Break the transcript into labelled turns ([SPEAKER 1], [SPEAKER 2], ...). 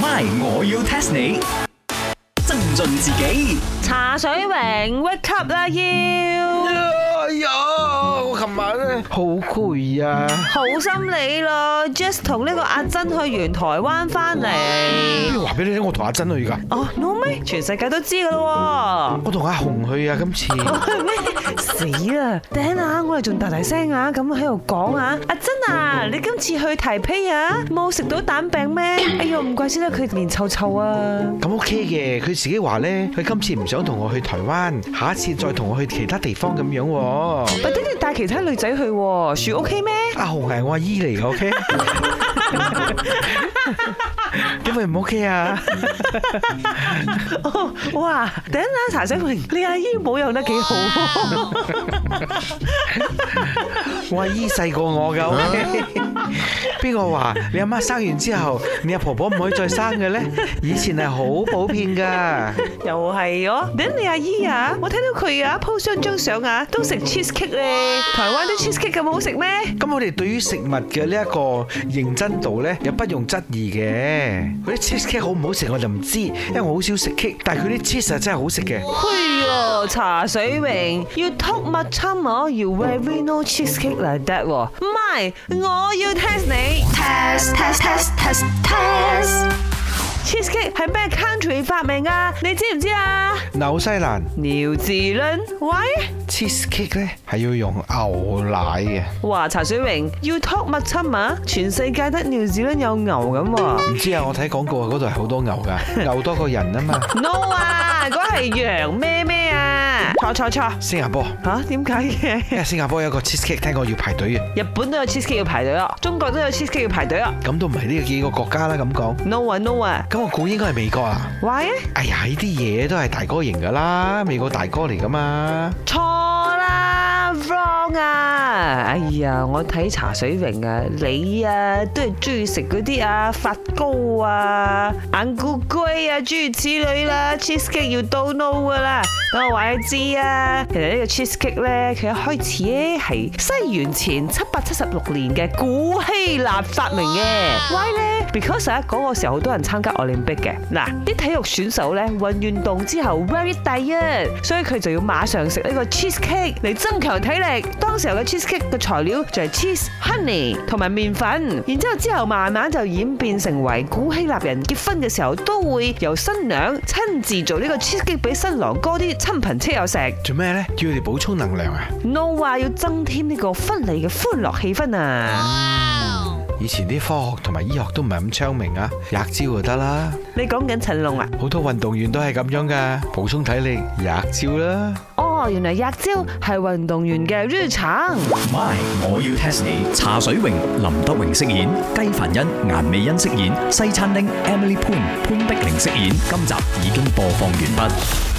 [SPEAKER 1] My，我要 test 你。增進自己，
[SPEAKER 2] 茶水榮 wake up 啦要，
[SPEAKER 3] 哎呀，我琴晚咧好攰啊！
[SPEAKER 2] 好心你咯，Just 同呢個阿珍去完台灣翻嚟，
[SPEAKER 3] 不如話俾你聽，我同阿珍去噶，
[SPEAKER 2] 哦，no 咩？全世界都知噶咯
[SPEAKER 3] 我同阿紅去啊，今 次。
[SPEAKER 2] 喎，咩 死啦！頂啊！我哋仲大大聲啊，咁喺度講啊，阿珍啊，你今次去提批啊，冇食到蛋餅咩？哎呦，唔怪之得佢面臭臭啊！
[SPEAKER 3] 咁 OK 嘅，佢自己話咧，佢今次唔想同我去台灣，下一次再同我去其他地方咁樣喎。
[SPEAKER 2] 咪等你帶其他女仔去喎，樹 OK 咩？
[SPEAKER 3] 阿紅係我阿姨嚟嘅，OK？因為唔 OK 啊，
[SPEAKER 2] 哦哇！頂啊，茶水榮，你阿姨保養得幾好喎。
[SPEAKER 3] 我阿姨細過我㗎，OK？邊個話你阿媽生完之後，你阿婆婆唔可以再生嘅咧？以前係好普遍㗎。
[SPEAKER 2] 又係哦，等你阿姨啊，我睇到佢啊 po 張張相啊，都食 cheesecake 咧，台灣啲 cheesecake 咁好食咩？
[SPEAKER 3] 咁我哋對於食物嘅呢一個認真度呢，又不容質疑嘅。嗰啲 cheese cake 好唔好食我就唔知，因為我好少食 cake，但係佢啲 cheese 啊真係好食嘅。
[SPEAKER 2] 嘿哎呀，茶水榮要 talk much time 哦，you very no cheesecake like that 喎，唔係，我要 test 你
[SPEAKER 4] test test test test test
[SPEAKER 2] cheesecake 係咩 country 發明啊？你知唔知啊？
[SPEAKER 3] 紐西蘭
[SPEAKER 2] 廖志倫，喂。
[SPEAKER 3] cheese cake 呢係要用牛奶嘅，
[SPEAKER 2] 哇！茶水榮要 talk 乜親啊？全世界得尿子都有牛咁喎。
[SPEAKER 3] 唔知啊，我睇廣告啊，嗰度係好多牛㗎，牛多過人啊嘛。
[SPEAKER 2] No 啊，嗰係羊咩咩啊？錯錯錯
[SPEAKER 3] 新加坡，
[SPEAKER 2] 嚇？點解嘅？
[SPEAKER 3] 因為新加坡有個 cheese cake 聽講要排隊嘅，
[SPEAKER 2] 日本都有 cheesecake 要排隊啊，中國都有 cheesecake 要排隊啊。
[SPEAKER 3] 咁都唔係呢幾個國家啦咁講。
[SPEAKER 2] No 啊 No 啊
[SPEAKER 3] 咁我估應該係美國啊！
[SPEAKER 2] ，why 啊？
[SPEAKER 3] 哎呀，呢啲嘢都係大哥型㗎啦，美國大哥嚟㗎嘛。
[SPEAKER 2] 錯啦，wrong 啊！哎呀，我睇茶水榮啊，你啊都係中意食嗰啲啊發糕啊、眼菇龜啊諸如此類啦，cheesecake 要到 no 噶啦。等我話你知啊，其實呢個 cheesecake 咧，佢一開始咧係西元前七百七十六年嘅古希臘發明嘅。Why 咧？Because 啊嗰個時候好多人參加奧林匹克嘅，嗱啲體育選手咧運完動之後 very tired，所以佢就要馬上食呢個 cheesecake 嚟增強體力。當時候嘅 cheesecake 嘅材料就係 cheese、honey 同埋麵粉，然之後之後慢慢就演變成為古希臘人結婚嘅時候都會由新娘親自做呢個 cheesecake 俾新郎哥啲親朋戚友食。
[SPEAKER 3] 做咩呢？叫佢哋補充能量啊！
[SPEAKER 2] No 啊，要增添呢個婚禮嘅歡樂氣氛啊！
[SPEAKER 3] 以前啲科學同埋醫學都唔係咁昌明啊，吔蕉就得啦。
[SPEAKER 2] 你講緊陳龍啊？
[SPEAKER 3] 好多運動員都係咁樣噶，補充體力吔蕉啦。
[SPEAKER 2] 哦，原來吔蕉係運動員嘅日常。
[SPEAKER 1] My，我要 test 你。茶水榮、林德榮飾演，雞凡欣、顏美欣飾演，西餐廳 Emily Poon 潘碧玲飾演。今集已經播放完畢。